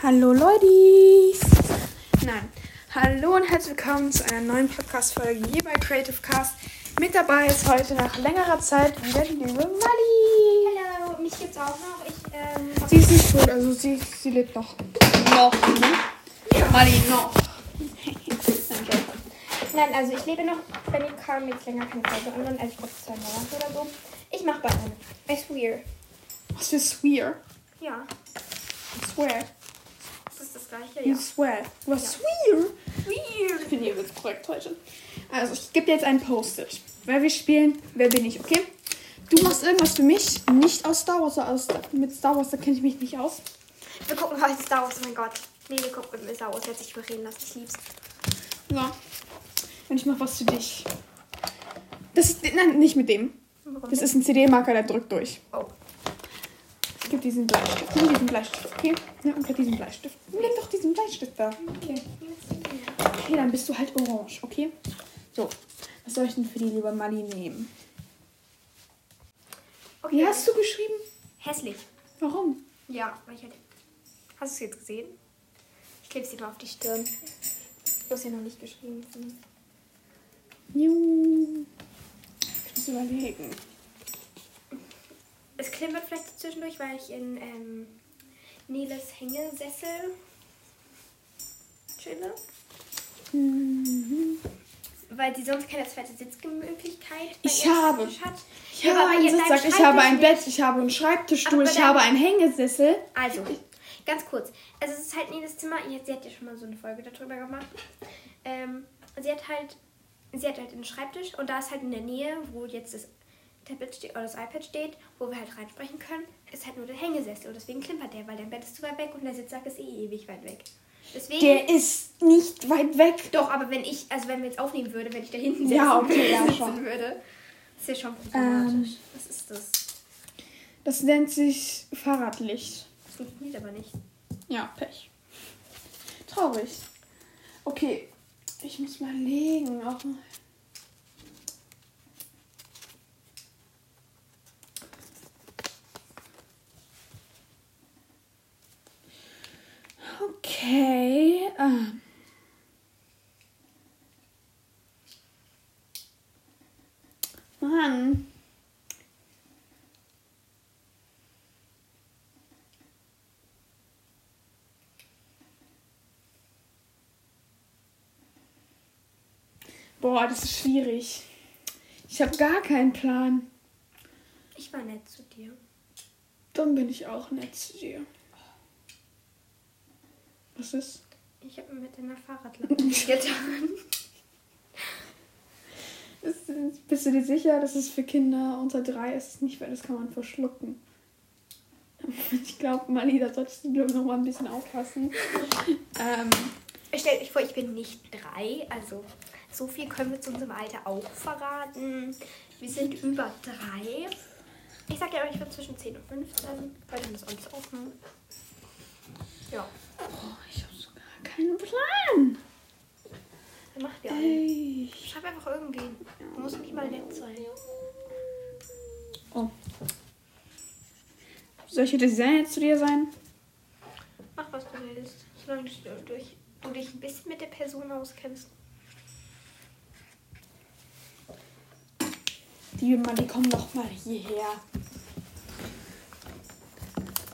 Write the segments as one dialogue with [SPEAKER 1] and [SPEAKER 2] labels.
[SPEAKER 1] Hallo Leute! Nein. Hallo und herzlich willkommen zu einer neuen Podcast-Folge hier bei Creative Cast. Mit dabei ist heute nach längerer Zeit wieder die liebe Mali.
[SPEAKER 2] Hallo, mich gibt's auch noch. Ich, ähm,
[SPEAKER 1] Sie ist nicht schuld, also sie, sie lebt noch.
[SPEAKER 3] Noch, ne? Mali, noch.
[SPEAKER 2] nein, also ich lebe noch. Bei mir kam jetzt länger keine Folge online, also ich glaube zwei Monate oder so. Ich mach bald eine. I swear.
[SPEAKER 1] Was für Swear?
[SPEAKER 2] Ja,
[SPEAKER 1] Swear.
[SPEAKER 2] das ist das gleiche,
[SPEAKER 1] You
[SPEAKER 2] ja.
[SPEAKER 1] swear. Was
[SPEAKER 2] Ja.
[SPEAKER 1] Swear?
[SPEAKER 2] Weird.
[SPEAKER 1] Ich bin hier jetzt korrekt heute. Also, ich gebe dir jetzt einen Post-it. Weil wir spielen, wer bin ich, okay? Du machst irgendwas für mich, nicht aus Star Wars, also aus, mit Star Wars, da kenne ich mich nicht aus.
[SPEAKER 2] Wir gucken heute Star Wars, oh mein Gott. Nee, wir gucken mit Star Wars, jetzt ich überreden lassen, ich lieb's.
[SPEAKER 1] So. Und ich mach was für dich. Das ist, nein, nicht mit dem.
[SPEAKER 2] Warum
[SPEAKER 1] Das
[SPEAKER 2] nicht?
[SPEAKER 1] ist ein CD-Marker, der drückt durch.
[SPEAKER 2] Oh.
[SPEAKER 1] Ich gebe diesen Bleistift. Nimm diesen Bleistift, okay? Ja, und diesen Bleistift. Nimm doch diesen Bleistift da. Okay. Okay, dann bist du halt orange, okay? So. Was soll ich denn für die liebe Mali nehmen?
[SPEAKER 2] Okay.
[SPEAKER 1] Wie hast du geschrieben?
[SPEAKER 2] Hässlich.
[SPEAKER 1] Warum?
[SPEAKER 2] Ja, weil ich halt. Hast du es jetzt gesehen? Ich klebe sie mal auf die Stirn. Du hast ja noch nicht geschrieben.
[SPEAKER 1] Juhu. Ich muss überlegen.
[SPEAKER 2] Es klimpert vielleicht zwischendurch, weil ich in ähm, Niles Hängesessel chille.
[SPEAKER 1] Mhm.
[SPEAKER 2] Weil sie sonst keine zweite Sitzmöglichkeit bei
[SPEAKER 1] Ich
[SPEAKER 2] ihrem
[SPEAKER 1] habe-
[SPEAKER 2] Schreibtisch hat.
[SPEAKER 1] Ich
[SPEAKER 2] Ja,
[SPEAKER 1] habe
[SPEAKER 2] aber bei
[SPEAKER 1] einen
[SPEAKER 2] ihr- deinem
[SPEAKER 1] Sitzsack, ich habe ein
[SPEAKER 2] Schreibtisch
[SPEAKER 1] Bett, ich habe einen Schreibtischstuhl,
[SPEAKER 2] Aber
[SPEAKER 1] ich
[SPEAKER 2] dein-
[SPEAKER 1] habe einen Hängesessel.
[SPEAKER 2] Also, ganz kurz. Also, es ist halt Niles Zimmer. Ihr- Sie hat ja schon mal so eine Folge darüber gemacht. Ähm, sie hat halt. Sie hat halt einen Schreibtisch und da ist halt in der Nähe, wo jetzt das Tablet steht, oder das iPad steht, wo wir halt reinsprechen können, ist halt nur der Hängesessel. Und deswegen klimpert der, weil dein Bett ist zu weit weg und der Sitzsack ist eh ewig weit weg. Deswegen.
[SPEAKER 1] Der ist nicht weit weg.
[SPEAKER 2] doch, aber wenn ich, also wenn wir jetzt aufnehmen würde, wenn ich da hinten sitzen,
[SPEAKER 1] Ja, okay, ja,
[SPEAKER 2] sitzen
[SPEAKER 1] schon. Ähm.
[SPEAKER 2] würde, ist ja schon problematisch. Was ist das?
[SPEAKER 1] Das nennt sich Fahrradlicht.
[SPEAKER 2] Das funktioniert aber nicht.
[SPEAKER 1] Ja, Pech. Traurig. Okay, ich muss mal legen. Auch mal. Okay. Ähm. Mann. Boah, das ist schwierig. Ich habe gar keinen Plan.
[SPEAKER 2] Ich war nett zu dir.
[SPEAKER 1] Dann bin ich auch nett zu dir. Was ist?
[SPEAKER 2] Ich habe mit deiner Fahrradlampe getan.
[SPEAKER 1] ist? ist- Bist du dir sicher, dass es für Kinder unter drei ist? Nicht, weil das kann man verschlucken. Ich glaube, Mali, da solltest du glaub, ich, noch mal ein bisschen aufpassen. ähm,
[SPEAKER 2] Stellt euch vor, ich bin nicht drei. Also, so viel können wir zu unserem Alter auch verraten. Wir sind über drei. Ich sag ja, aber, ich bin zwischen 10 und 15. Heute ist alles offen. Ja,
[SPEAKER 1] boah, ich habe so gar keinen Plan.
[SPEAKER 2] dann macht ihr alle.
[SPEAKER 1] Ey.
[SPEAKER 2] Schreib einfach irgendwen. Du musst nicht mal nett sein.
[SPEAKER 1] Oh. Soll ich jetzt sehr nett zu dir sein?
[SPEAKER 2] Mach, was du willst. Solange du dich, du dich ein bisschen mit der Person auskennst.
[SPEAKER 1] Die Mali, komm doch mal hierher.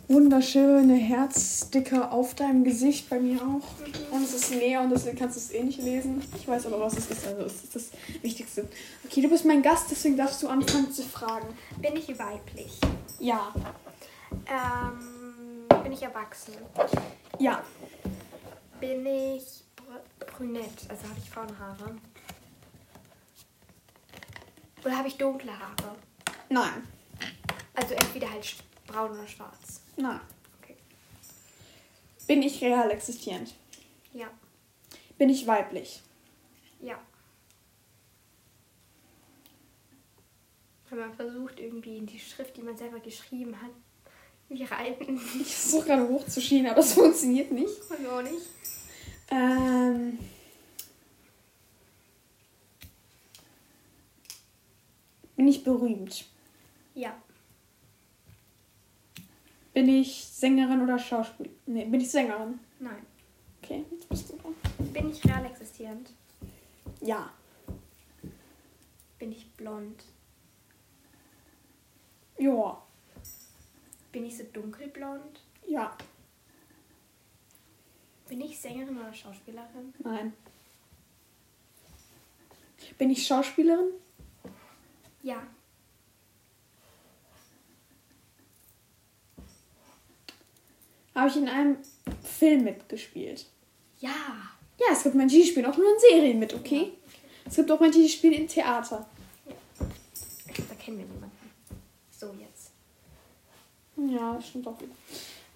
[SPEAKER 1] Wunderschöne Herzsticker auf deinem Gesicht, bei mir auch. Und es ist leer und deswegen kannst du es eh nicht lesen. Ich weiß aber, was es ist, also es ist das Wichtigste. Okay, du bist mein Gast, deswegen darfst du anfangen zu fragen.
[SPEAKER 2] Bin ich weiblich?
[SPEAKER 1] Ja,
[SPEAKER 2] Ähm, bin ich erwachsen?
[SPEAKER 1] ja,
[SPEAKER 2] Bin ich br brünett? Also habe ich braune Haare? Oder habe ich dunkle Haare?
[SPEAKER 1] nein,
[SPEAKER 2] Also entweder halt sch- braun oder schwarz.
[SPEAKER 1] nein.
[SPEAKER 2] Okay.
[SPEAKER 1] Bin ich real existierend?
[SPEAKER 2] Ja,
[SPEAKER 1] Bin ich weiblich?
[SPEAKER 2] ja. Wenn man versucht, irgendwie in die Schrift, die man selber geschrieben hat, wie rein.
[SPEAKER 1] Ich versuche gerade hochzuschieben, aber es funktioniert nicht.
[SPEAKER 2] Und auch nicht.
[SPEAKER 1] Ähm. Bin ich berühmt?
[SPEAKER 2] Ja,
[SPEAKER 1] Bin ich Sängerin oder Schauspielerin? Nee, bin ich Sängerin.
[SPEAKER 2] Nein.
[SPEAKER 1] Okay, jetzt bist du dran.
[SPEAKER 2] Bin ich real existierend?
[SPEAKER 1] Ja.
[SPEAKER 2] Bin ich blond?
[SPEAKER 1] Ja.
[SPEAKER 2] Bin ich so dunkelblond?
[SPEAKER 1] Ja.
[SPEAKER 2] Bin ich Sängerin oder Schauspielerin?
[SPEAKER 1] Nein. Bin ich Schauspielerin?
[SPEAKER 2] Ja.
[SPEAKER 1] Habe ich in einem Film mitgespielt?
[SPEAKER 2] Ja.
[SPEAKER 1] Ja, es gibt manche, die spielen auch nur in Serien mit, okay? Es gibt auch manche, die spielen in Theater.
[SPEAKER 2] Da kennen wir niemanden. So jetzt.
[SPEAKER 1] Ja, das stimmt auch wieder.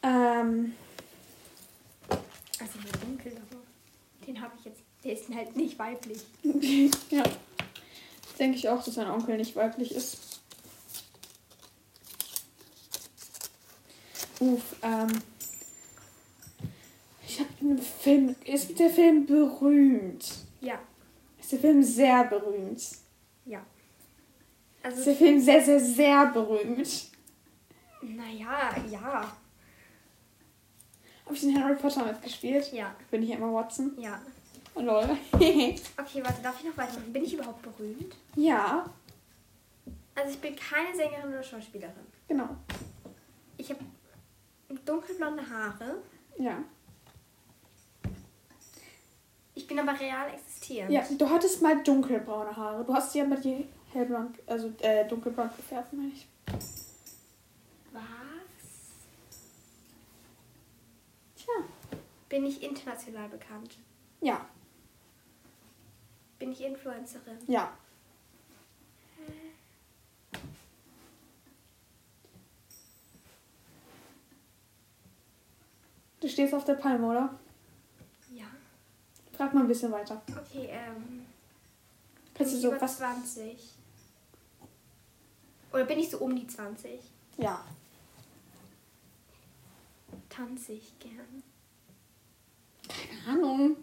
[SPEAKER 1] Ähm,
[SPEAKER 2] Also nur dunkel, aber den habe ich jetzt. Der ist halt nicht weiblich.
[SPEAKER 1] ja. Denke ich auch, dass mein Onkel nicht weiblich ist. Uff, ähm. Ich habe einen Film. Ist der Film berühmt?
[SPEAKER 2] Ja.
[SPEAKER 1] Ist der Film sehr berühmt?
[SPEAKER 2] Ja.
[SPEAKER 1] Ist
[SPEAKER 2] Also,
[SPEAKER 1] der Film sehr, sehr, sehr berühmt?
[SPEAKER 2] naja, ja.
[SPEAKER 1] Habe ich in Harry Potter mitgespielt?
[SPEAKER 2] Ja.
[SPEAKER 1] Bin ich Emma Watson?
[SPEAKER 2] Ja.
[SPEAKER 1] Oh, lol.
[SPEAKER 2] Okay, warte, darf ich noch weitermachen? Bin ich überhaupt berühmt?
[SPEAKER 1] ja,
[SPEAKER 2] Also ich bin keine Sängerin oder Schauspielerin.
[SPEAKER 1] genau.
[SPEAKER 2] Ich habe dunkelblonde Haare.
[SPEAKER 1] Ja.
[SPEAKER 2] Ich bin aber real existierend.
[SPEAKER 1] Ja, du hattest mal dunkelbraune Haare. Du hast die ja mit die hellbraun, also äh, dunkelbraun gefärbt, meine ich.
[SPEAKER 2] Was?
[SPEAKER 1] Tja.
[SPEAKER 2] Bin ich international bekannt?
[SPEAKER 1] Ja,
[SPEAKER 2] Bin ich Influencerin?
[SPEAKER 1] ja. Du stehst auf der Palme, oder?
[SPEAKER 2] Ja.
[SPEAKER 1] Frag mal ein bisschen weiter.
[SPEAKER 2] Okay, ähm. Bin
[SPEAKER 1] Kannst du
[SPEAKER 2] ich
[SPEAKER 1] so
[SPEAKER 2] über
[SPEAKER 1] was?
[SPEAKER 2] 20? Oder bin ich so um die 20?
[SPEAKER 1] Ja.
[SPEAKER 2] Tanze ich gern.
[SPEAKER 1] Keine Ahnung.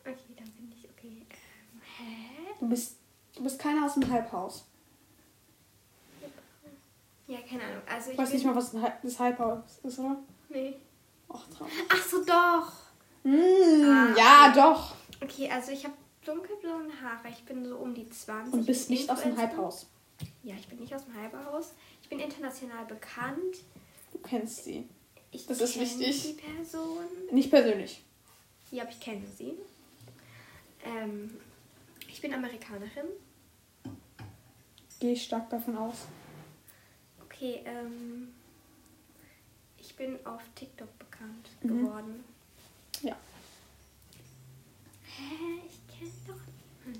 [SPEAKER 2] Okay, dann bin ich okay. Ähm, hä?
[SPEAKER 1] Du bist, du bist keiner aus dem Halbhaus.
[SPEAKER 2] Ja, keine Ahnung. Also
[SPEAKER 1] Ich
[SPEAKER 2] ich
[SPEAKER 1] weiß
[SPEAKER 2] bin,
[SPEAKER 1] nicht mal, was ein Halb- das Halbhaus ist, oder?
[SPEAKER 2] Nee.
[SPEAKER 1] Ach, Traum.
[SPEAKER 2] Ach so, doch.
[SPEAKER 1] Mm,
[SPEAKER 2] Ah.
[SPEAKER 1] ja, doch.
[SPEAKER 2] Okay, also ich habe dunkelblonde Haare. Ich bin so um die 20.
[SPEAKER 1] Und bist
[SPEAKER 2] Ich bin
[SPEAKER 1] nicht aus dem
[SPEAKER 2] Influencerin.
[SPEAKER 1] Halbhaus.
[SPEAKER 2] Ja, ich bin nicht aus dem Halberhaus. Ich bin international bekannt.
[SPEAKER 1] Du kennst sie.
[SPEAKER 2] Ich
[SPEAKER 1] Das ist
[SPEAKER 2] kenn
[SPEAKER 1] wichtig.
[SPEAKER 2] Die Person.
[SPEAKER 1] Nicht persönlich.
[SPEAKER 2] Ja, aber ich kenne sie. Ähm, ich bin Amerikanerin.
[SPEAKER 1] Gehe ich stark davon aus.
[SPEAKER 2] Okay, ähm, ich bin auf TikTok bekannt
[SPEAKER 1] Mhm.
[SPEAKER 2] geworden.
[SPEAKER 1] Ja.
[SPEAKER 2] Hä? Ich kenne doch.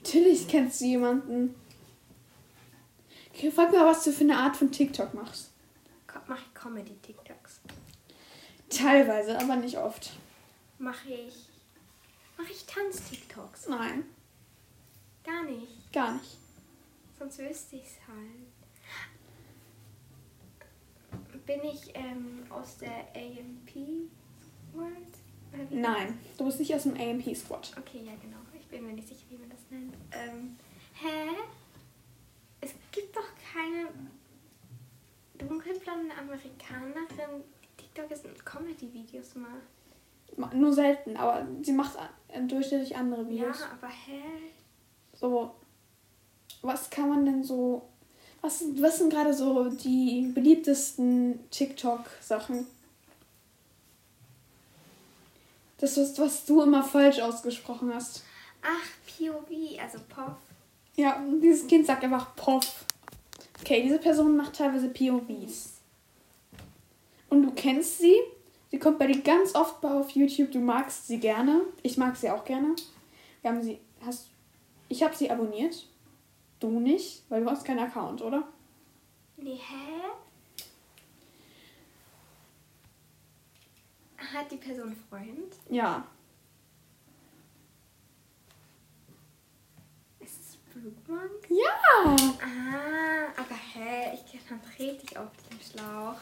[SPEAKER 1] Natürlich kennst du jemanden. Okay, frag mal, was du für eine Art von TikTok machst.
[SPEAKER 2] Ko- Mache ich Comedy-TikToks?
[SPEAKER 1] Teilweise, aber nicht oft.
[SPEAKER 2] Mache ich. Mache ich Tanz-TikToks?
[SPEAKER 1] Nein,
[SPEAKER 2] Gar nicht.
[SPEAKER 1] gar nicht.
[SPEAKER 2] Sonst wüsste ich es halt. Bin ich ähm, aus der AMP World? Oder wie?
[SPEAKER 1] Nein, du bist nicht aus dem AMP-Squad.
[SPEAKER 2] Okay, ja genau. Ich bin mir nicht sicher, wie man das nennt. Ähm, hä? Es gibt doch keine dunkelblonde Amerikanerin, die TikToks und Comedy-Videos macht.
[SPEAKER 1] Ma- Nur selten, aber sie macht a- äh, durchschnittlich andere Videos.
[SPEAKER 2] Ja, aber hä?
[SPEAKER 1] So, was kann man denn so... Was, was sind gerade so die beliebtesten TikTok-Sachen? Das, was, was du immer falsch ausgesprochen hast.
[SPEAKER 2] Ach, POV, also POV.
[SPEAKER 1] Ja, dieses Kind sagt einfach Poff. Okay, diese Person macht teilweise POVs. Und du kennst sie. Sie kommt bei dir ganz oft bei- auf YouTube. Du magst sie gerne. Ich mag sie auch gerne. Wir haben sie. Hast, ich habe sie abonniert. Du nicht, weil du hast keinen Account, oder?
[SPEAKER 2] Nee, hä? Hat die Person einen Freund?
[SPEAKER 1] Ja.
[SPEAKER 2] Ist es Blutmann?
[SPEAKER 1] Ja!
[SPEAKER 2] Ah, aber hä, ich gehe dann richtig auf den Schlauch.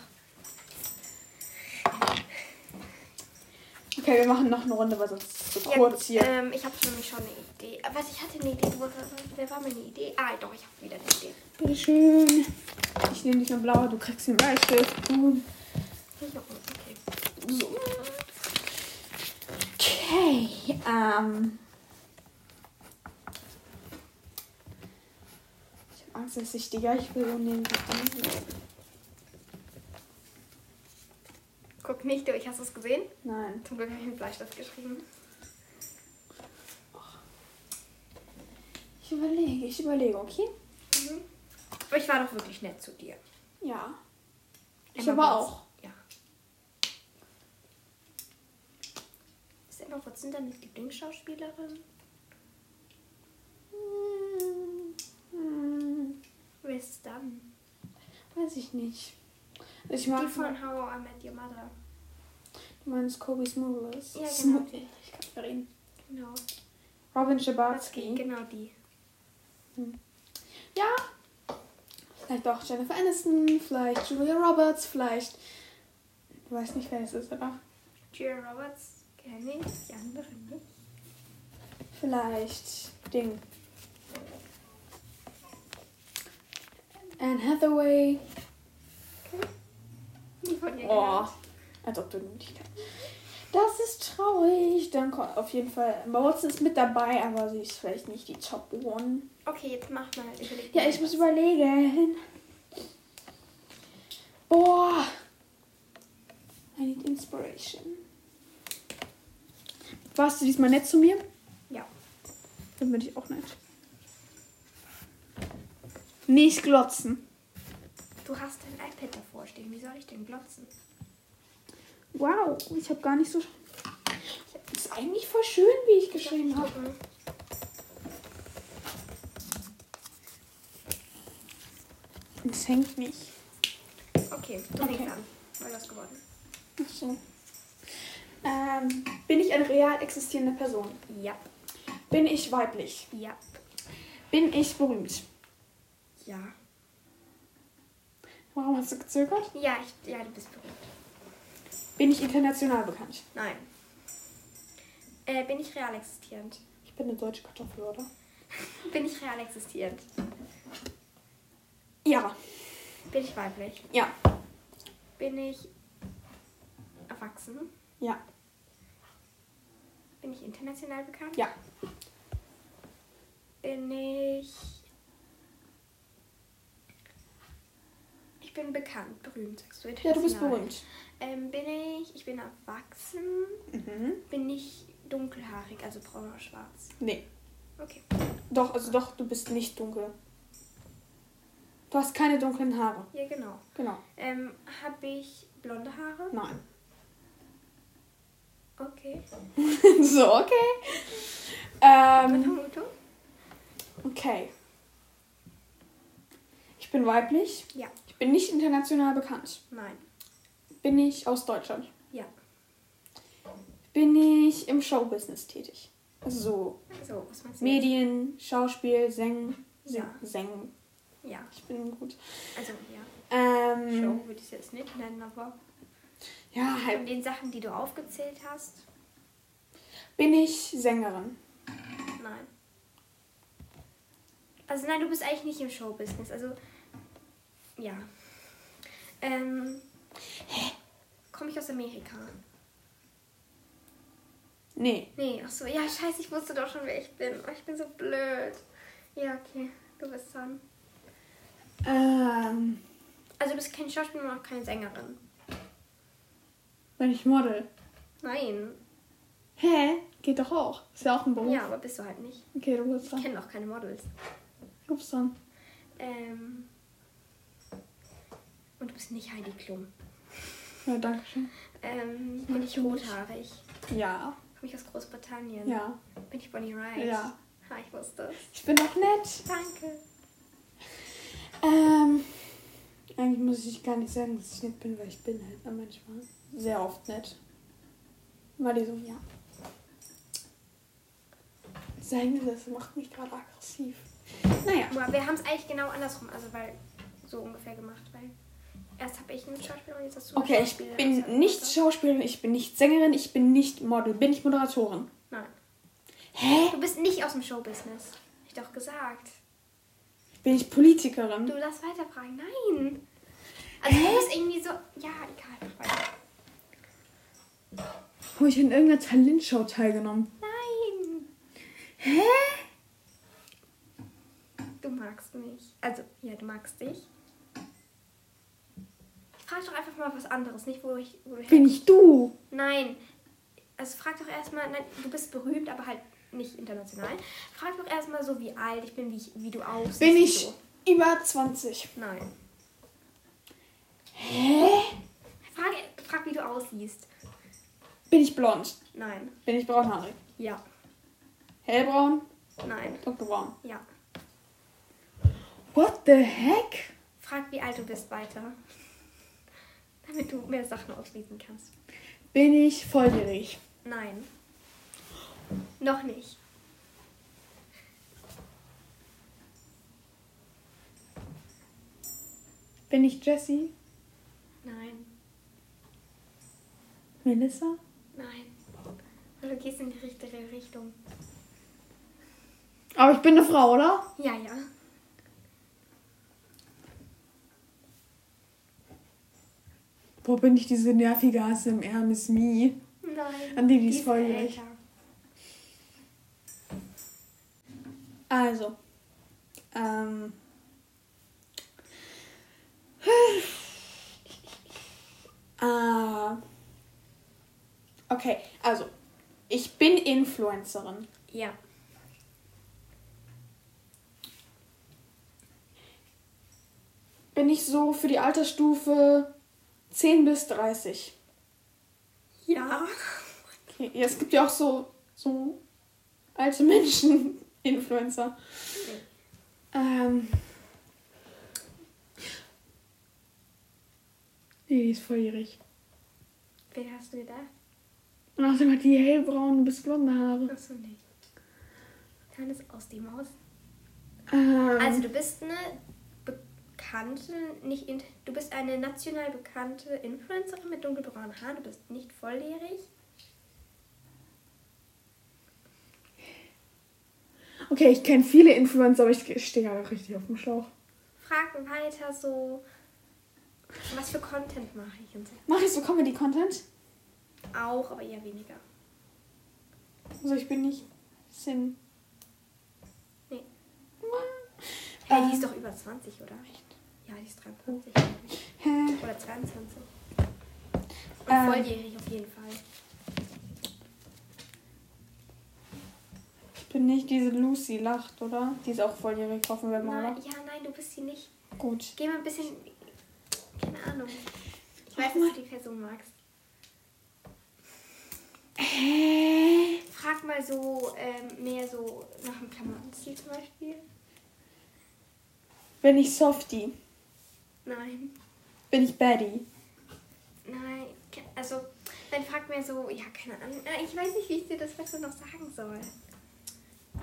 [SPEAKER 1] Okay, wir machen noch eine Runde, weil sonst ist es zu
[SPEAKER 2] Ja,
[SPEAKER 1] kurz
[SPEAKER 2] gut,
[SPEAKER 1] hier.
[SPEAKER 2] Ähm, ich habe nämlich schon eine Idee. Äh, Was, ich hatte eine Idee. Wo- wo- Wer war meine Idee? Ah, doch, ich habe wieder eine Idee.
[SPEAKER 1] Bitteschön. Ich nehme dich nur blaue, du kriegst den Bleistift. Boom.
[SPEAKER 2] Okay.
[SPEAKER 1] So. Okay, ähm. Ich habe Angst, dass ich die gleiche Person nehmen kann.
[SPEAKER 2] Guck nicht durch, hast du es gesehen?
[SPEAKER 1] Nein.
[SPEAKER 2] Zum Glück habe ich einen Bleistift geschrieben.
[SPEAKER 1] Ich überlege, ich überlege, okay?
[SPEAKER 2] Aber ich war doch wirklich nett zu dir.
[SPEAKER 1] Ja. Ich
[SPEAKER 2] Emma
[SPEAKER 1] aber
[SPEAKER 2] Watson.
[SPEAKER 1] auch.
[SPEAKER 2] Ja. Ist Emma Watson deine Lieblingsschauspielerin?
[SPEAKER 1] Hm,
[SPEAKER 2] Wer ist es dann?
[SPEAKER 1] weiß ich nicht. Also Ich
[SPEAKER 2] Die
[SPEAKER 1] mag
[SPEAKER 2] von How I Met Your Mother.
[SPEAKER 1] meines Kobe Smuggles.
[SPEAKER 2] Ja,
[SPEAKER 1] Smu-
[SPEAKER 2] genau.
[SPEAKER 1] Ich kann nicht mehr reden.
[SPEAKER 2] Genau.
[SPEAKER 1] Robin
[SPEAKER 2] Watzki,
[SPEAKER 1] Schabatsky.
[SPEAKER 2] genau die.
[SPEAKER 1] Ja. Vielleicht auch Jennifer Aniston, vielleicht Julia Roberts, vielleicht. Ich weiß nicht, wer es ist, aber
[SPEAKER 2] Julia Roberts kenne ich, die andere nicht.
[SPEAKER 1] vielleicht Ding. Anne Hathaway.
[SPEAKER 2] Die von ihr
[SPEAKER 1] Oh,
[SPEAKER 2] genannt.
[SPEAKER 1] als ob du nicht kannst. Das ist traurig. Dann kommt auf jeden Fall. Emma Watson ist mit dabei, aber sie ist vielleicht nicht die Top One.
[SPEAKER 2] Okay, jetzt mach mal. Überleg
[SPEAKER 1] Ja,
[SPEAKER 2] mal
[SPEAKER 1] ich muss
[SPEAKER 2] was.
[SPEAKER 1] überlegen. Boah. I need inspiration. Warst du diesmal nett zu mir?
[SPEAKER 2] Ja.
[SPEAKER 1] Dann bin ich auch nett. Nicht glotzen.
[SPEAKER 2] Du hast dein iPad davor stehen. Wie soll ich denn glotzen?
[SPEAKER 1] Wow, ich habe gar nicht so. Ist eigentlich voll schön, wie ich geschrieben habe. Es hängt nicht.
[SPEAKER 2] Okay, du
[SPEAKER 1] Okay.
[SPEAKER 2] fängst an. Weil das geworden.
[SPEAKER 1] Ach so. Ähm, bin ich eine real existierende Person?
[SPEAKER 2] Ja.
[SPEAKER 1] Bin ich weiblich?
[SPEAKER 2] Ja.
[SPEAKER 1] Bin ich berühmt?
[SPEAKER 2] Ja.
[SPEAKER 1] Warum hast du gezögert?
[SPEAKER 2] Ja, ich, ja, du bist berühmt.
[SPEAKER 1] Bin ich international bekannt?
[SPEAKER 2] Nein. Äh, bin ich real existierend?
[SPEAKER 1] Ich bin eine deutsche Kartoffel, oder?
[SPEAKER 2] Bin ich real existierend?
[SPEAKER 1] Ja,
[SPEAKER 2] Bin ich weiblich?
[SPEAKER 1] ja,
[SPEAKER 2] Bin ich erwachsen?
[SPEAKER 1] ja,
[SPEAKER 2] Bin ich international bekannt?
[SPEAKER 1] ja,
[SPEAKER 2] Bin ich. Ich bin bekannt, berühmt, sagst du.
[SPEAKER 1] ja, du bist
[SPEAKER 2] international.
[SPEAKER 1] berühmt.
[SPEAKER 2] Ähm, bin ich. Ich bin erwachsen.
[SPEAKER 1] Mhm.
[SPEAKER 2] Bin ich dunkelhaarig, also braun oder schwarz.
[SPEAKER 1] Nee,
[SPEAKER 2] Okay.
[SPEAKER 1] doch, also doch, du bist nicht dunkel. Du hast keine dunklen Haare.
[SPEAKER 2] Ja, genau.
[SPEAKER 1] Genau,
[SPEAKER 2] Ähm, habe ich blonde Haare?
[SPEAKER 1] nein.
[SPEAKER 2] Okay.
[SPEAKER 1] so, okay. Ähm,
[SPEAKER 2] Vermutung?
[SPEAKER 1] okay. Ich bin weiblich.
[SPEAKER 2] Ja.
[SPEAKER 1] Ich bin nicht international bekannt.
[SPEAKER 2] Nein.
[SPEAKER 1] Bin ich aus Deutschland?
[SPEAKER 2] Ja.
[SPEAKER 1] Bin ich im Showbusiness tätig? Also so
[SPEAKER 2] So, was meinst du? jetzt?
[SPEAKER 1] Medien, Schauspiel, Sängen.
[SPEAKER 2] Ja.
[SPEAKER 1] Sängen.
[SPEAKER 2] Ja.
[SPEAKER 1] Ich bin gut.
[SPEAKER 2] Also, ja.
[SPEAKER 1] Ähm,
[SPEAKER 2] Show würde ich es jetzt nicht nennen, aber
[SPEAKER 1] Ja, halt.
[SPEAKER 2] von den Sachen, die du aufgezählt hast,
[SPEAKER 1] Bin ich Sängerin?
[SPEAKER 2] nein. Also, nein, du bist eigentlich nicht im Showbusiness. Also, ja. Ähm. Komme ich aus Amerika?
[SPEAKER 1] Nee.
[SPEAKER 2] Nee, ach so, ja, scheiße, ich wusste doch schon, wer ich bin. Oh, ich bin so blöd. Ja, okay, du bist dran.
[SPEAKER 1] Ähm,
[SPEAKER 2] Also, du bist kein Schauspieler und auch keine Sängerin.
[SPEAKER 1] bin ich Model?
[SPEAKER 2] Nein.
[SPEAKER 1] Hä? Geht doch auch. Ist ja auch ein Beruf.
[SPEAKER 2] Ja, aber bist du halt nicht.
[SPEAKER 1] Okay, du bist
[SPEAKER 2] Ich
[SPEAKER 1] dran.
[SPEAKER 2] kenne auch keine Models.
[SPEAKER 1] Du bist dran.
[SPEAKER 2] Ähm. Und du bist nicht Heidi Klum.
[SPEAKER 1] Ja, danke schön.
[SPEAKER 2] Ähm, bin ich rothaarig?
[SPEAKER 1] Ja.
[SPEAKER 2] Komme ich aus Großbritannien?
[SPEAKER 1] Ja.
[SPEAKER 2] Bin ich Bonnie Wright?
[SPEAKER 1] Ja.
[SPEAKER 2] Ha, ich wusste es.
[SPEAKER 1] Ich bin doch nett.
[SPEAKER 2] Danke.
[SPEAKER 1] Ähm, eigentlich muss ich gar nicht sagen, dass ich nett bin, weil ich bin halt dann manchmal sehr oft nett. Weil die so, ja. Sagen wir, das macht mich gerade aggressiv. Naja.
[SPEAKER 2] Aber wir haben es eigentlich genau andersrum, also weil so ungefähr gemacht, weil erst habe ich einen Schauspieler und jetzt hast du einen
[SPEAKER 1] Okay, ich
[SPEAKER 2] Schauspieler. Das ist ja
[SPEAKER 1] bin nicht
[SPEAKER 2] besser.
[SPEAKER 1] Schauspielerin, ich bin nicht Sängerin, ich bin nicht Model, bin ich Moderatorin.
[SPEAKER 2] Nein.
[SPEAKER 1] Hä?
[SPEAKER 2] Du bist nicht aus dem Showbusiness. Hab ich doch gesagt.
[SPEAKER 1] Bin ich Politikerin?
[SPEAKER 2] Du darfst weiterfragen. Nein. Also du ist irgendwie so. Ja, egal. mach weiter.
[SPEAKER 1] Habe ich an irgendeiner Talentshow teilgenommen?
[SPEAKER 2] Nein!
[SPEAKER 1] Hä?
[SPEAKER 2] Du magst mich. Also, ja, du magst dich. Frag doch einfach mal was anderes, nicht wo ich. Wo du her-
[SPEAKER 1] Bin ich du?
[SPEAKER 2] Nein. Also frag doch erstmal, nein, du bist berühmt, aber halt nicht international. Frag doch erstmal so, wie alt ich bin, wie, ich, wie du aussiehst.
[SPEAKER 1] Bin ich
[SPEAKER 2] So.
[SPEAKER 1] über 20?
[SPEAKER 2] Nein.
[SPEAKER 1] Hä?
[SPEAKER 2] Frag, frag, wie du aussiehst.
[SPEAKER 1] Bin ich blond?
[SPEAKER 2] Nein.
[SPEAKER 1] Bin ich braunhaarig?
[SPEAKER 2] Ja.
[SPEAKER 1] Hellbraun?
[SPEAKER 2] Nein.
[SPEAKER 1] Dunkelbraun?
[SPEAKER 2] Ja.
[SPEAKER 1] What the heck?
[SPEAKER 2] Frag, wie alt du bist weiter. Damit du mehr Sachen ausschließen kannst.
[SPEAKER 1] Bin ich volljährig?
[SPEAKER 2] Nein. Noch nicht.
[SPEAKER 1] Bin ich Jessie?
[SPEAKER 2] Nein.
[SPEAKER 1] Melissa?
[SPEAKER 2] Nein. Weil du gehst in die richtige Richtung.
[SPEAKER 1] Aber ich bin eine Frau, oder?
[SPEAKER 2] Ja, ja.
[SPEAKER 1] Wo bin ich diese nervige ASMR Miss Me?
[SPEAKER 2] Nein.
[SPEAKER 1] An die, die
[SPEAKER 2] Die
[SPEAKER 1] ist volljährig.
[SPEAKER 2] älter.
[SPEAKER 1] Also. Ähm. Ah. Okay, also. Ich bin Influencerin.
[SPEAKER 2] Ja.
[SPEAKER 1] Bin ich so für die Altersstufe 10 bis 30.
[SPEAKER 2] Ja.
[SPEAKER 1] Okay. Ja, es gibt ja auch so, so alte Menschen, Influencer. Ähm. Nee, die ist volljährig.
[SPEAKER 2] Wen hast du gedacht?
[SPEAKER 1] Und außerdem hat die hellbraunen bis blonde Haare.
[SPEAKER 2] Achso, nicht. Dann ist aus die Maus.
[SPEAKER 1] Ähm,
[SPEAKER 2] Also du bist eine bekannte, nicht in, du bist eine national bekannte Influencerin mit dunkelbraunen Haaren. Du bist nicht volljährig.
[SPEAKER 1] okay, ich kenne viele Influencer, aber ich stehe gerade richtig auf dem Schlauch.
[SPEAKER 2] Frag weiter so, was für Content mache ich und so.
[SPEAKER 1] Mache ich so Comedy-Content?
[SPEAKER 2] Auch, aber eher weniger.
[SPEAKER 1] Also ich bin nicht Sin.
[SPEAKER 2] Nee. Hey,
[SPEAKER 1] Äh,
[SPEAKER 2] die ist doch über 20, oder? Ja, die ist 23.
[SPEAKER 1] hä?
[SPEAKER 2] Oder 22. Und
[SPEAKER 1] Ähm.
[SPEAKER 2] volljährig auf jeden Fall.
[SPEAKER 1] Ich bin nicht diese Lucy lacht, oder? Die ist auch volljährig, hoffen wir mal.
[SPEAKER 2] Nein,
[SPEAKER 1] oder?
[SPEAKER 2] ja, nein, du bist sie nicht.
[SPEAKER 1] Gut.
[SPEAKER 2] Geh mal ein bisschen. Keine Ahnung. Ich
[SPEAKER 1] Mach
[SPEAKER 2] weiß, dass du die Person magst.
[SPEAKER 1] Hä?
[SPEAKER 2] Frag mal so ähm, mehr so nach dem Klamottenstil zum Beispiel.
[SPEAKER 1] Bin ich Softie?
[SPEAKER 2] Nein.
[SPEAKER 1] Bin ich Baddie?
[SPEAKER 2] Nein. Ke- Also, dann frag mir so, ja, keine Ahnung. Äh, Ich weiß nicht, wie ich dir das besser noch sagen soll.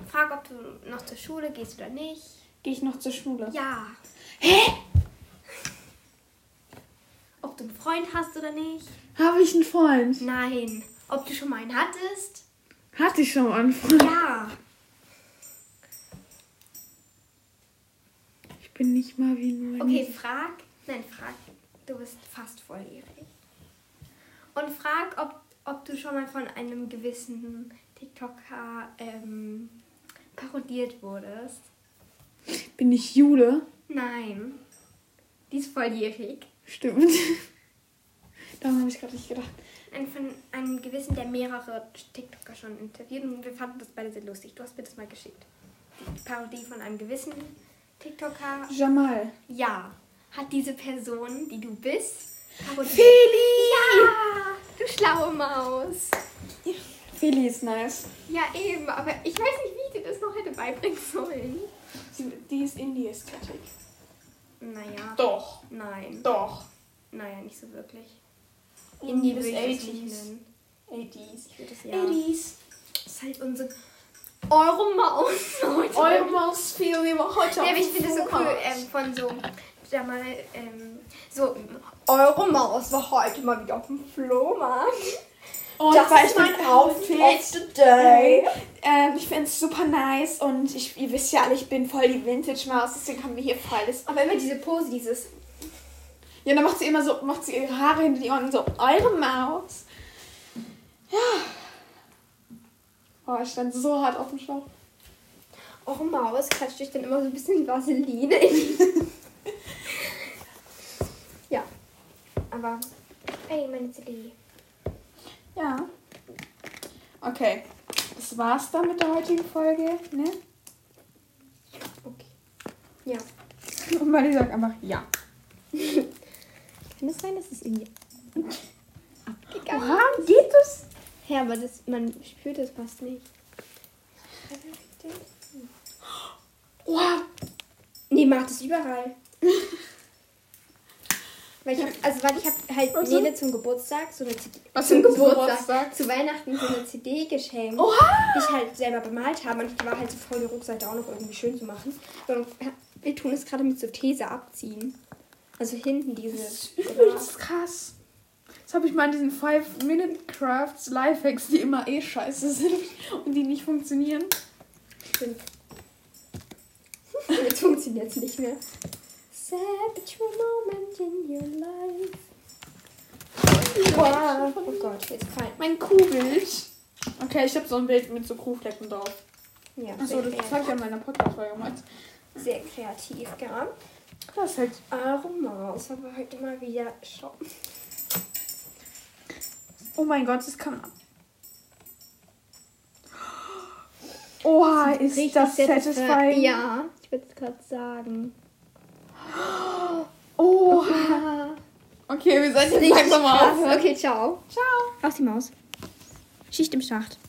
[SPEAKER 2] Frag, ob du noch zur Schule gehst oder nicht.
[SPEAKER 1] Gehe ich noch zur Schule?
[SPEAKER 2] Ja.
[SPEAKER 1] Hä?
[SPEAKER 2] Ob du einen Freund hast oder nicht.
[SPEAKER 1] Habe ich einen Freund?
[SPEAKER 2] Nein. Ob du schon mal einen hattest.
[SPEAKER 1] Hatte ich schon mal einen Freund.
[SPEAKER 2] Ja.
[SPEAKER 1] Ich bin nicht mal wie nur.
[SPEAKER 2] Okay, frag. Nein, frag. Du bist fast volljährig. Und frag, ob, ob du schon mal von einem gewissen TikToker ähm, parodiert wurdest.
[SPEAKER 1] Bin ich Jule?
[SPEAKER 2] Nein. Die ist volljährig.
[SPEAKER 1] Stimmt. Daran habe ich gerade nicht gedacht.
[SPEAKER 2] Ein, von einem gewissen, der mehrere TikToker schon interviewt und wir fanden das beide sehr lustig. Du hast mir das mal geschickt. Die Parodie von einem gewissen TikToker.
[SPEAKER 1] Jamal.
[SPEAKER 2] Ja. Hat diese Person, die du bist, parodiert.
[SPEAKER 1] Feli!
[SPEAKER 2] Ja, du schlaue Maus.
[SPEAKER 1] Feli ist nice.
[SPEAKER 2] Ja, eben, aber ich weiß nicht, wie ich dir das noch hätte beibringen sollen.
[SPEAKER 1] Sie, die ist in die Ästhetik.
[SPEAKER 2] Naja,
[SPEAKER 1] Doch,
[SPEAKER 2] nein.
[SPEAKER 1] doch. Oh,
[SPEAKER 2] Naja, nicht so wirklich.
[SPEAKER 1] Indie bis
[SPEAKER 2] würde ich das nicht
[SPEAKER 1] 80s.
[SPEAKER 2] nennen.
[SPEAKER 1] 80s.
[SPEAKER 2] Ich würde es ja.
[SPEAKER 1] 80s.
[SPEAKER 2] Das ist halt unsere. Eure Maus heute.
[SPEAKER 1] Almost Feli war heute
[SPEAKER 2] Ja,
[SPEAKER 1] auf
[SPEAKER 2] aber ich
[SPEAKER 1] dem
[SPEAKER 2] finde das so cool
[SPEAKER 1] Vormarsch.
[SPEAKER 2] ähm, von so. Da mal, ähm, so. Eure Maus war heute mal wieder auf dem Flohmarkt.
[SPEAKER 1] Und
[SPEAKER 2] Oh,
[SPEAKER 1] Oh,
[SPEAKER 2] Das
[SPEAKER 1] das war
[SPEAKER 2] ist
[SPEAKER 1] ich
[SPEAKER 2] mein Mhm.
[SPEAKER 1] mein Outfit.
[SPEAKER 2] today.
[SPEAKER 1] Ähm, ich finde es super nice und ich, ihr wisst ja alle, ich bin voll die Vintage-Maus, deswegen haben wir hier voll das.
[SPEAKER 2] Aber immer diese Pose, dieses.
[SPEAKER 1] Ja, dann macht sie immer so, macht sie ihre Haare hinter die Ohren und so, eure Maus. Ja. Oh, ich stand so hart auf dem Schlauch.
[SPEAKER 2] Eure Maus klatscht euch dann immer so ein bisschen Vaseline in. ja. Aber, hey, meine CD.
[SPEAKER 1] Ja. Okay. Das war's dann mit der heutigen Folge, ne?
[SPEAKER 2] Okay. Ja.
[SPEAKER 1] Und Marie sagt einfach ja.
[SPEAKER 2] Kann es sein, dass es irgendwie abgegangen
[SPEAKER 1] Oha, geht das?
[SPEAKER 2] ist? Ja, aber das, man spürt das fast nicht.
[SPEAKER 1] Oha.
[SPEAKER 2] Nee, macht es überall. Weil ich hab, also weil ich habe halt
[SPEAKER 1] Und so?
[SPEAKER 2] Nele zum Geburtstag so eine CD,
[SPEAKER 1] Was
[SPEAKER 2] zum
[SPEAKER 1] für ein Geburtstag?
[SPEAKER 2] zu Weihnachten so eine CD geschenkt,
[SPEAKER 1] Oha.
[SPEAKER 2] die ich halt selber bemalt habe und ich war halt so faul, die Rückseite auch noch irgendwie schön zu machen. Und wir tun es gerade mit so These abziehen. Also hinten diese.
[SPEAKER 1] Übelst krass. Das habe ich mal in diesen 5-Minute-Crafts Lifehacks, die immer eh scheiße sind und die nicht funktionieren.
[SPEAKER 2] Stimmt. Jetzt funktioniert es nicht mehr. Savage moment in your life. Wow. Oh Gott, jetzt fallen.
[SPEAKER 1] Mein Kuhbild. Okay, ich habe so ein Bild mit so Kuhflecken drauf.
[SPEAKER 2] Ja,
[SPEAKER 1] Achso,
[SPEAKER 2] sehr,
[SPEAKER 1] das habe ich ja in meiner Podcast-Folge gemacht.
[SPEAKER 2] sehr kreativ, genau. gell?
[SPEAKER 1] Das ist halt
[SPEAKER 2] Aromas, aber heute mal wieder schon.
[SPEAKER 1] Oh mein Gott, das kann man. Oha, ist das satisfying.
[SPEAKER 2] äh, Ja, ich würde es gerade sagen.
[SPEAKER 1] Oha. Okay, wir sollten jetzt langsam mal
[SPEAKER 2] krass.
[SPEAKER 1] aufhören.
[SPEAKER 2] Okay, ciao.
[SPEAKER 1] Ciao.
[SPEAKER 2] Auf die Maus. Schicht im Schacht.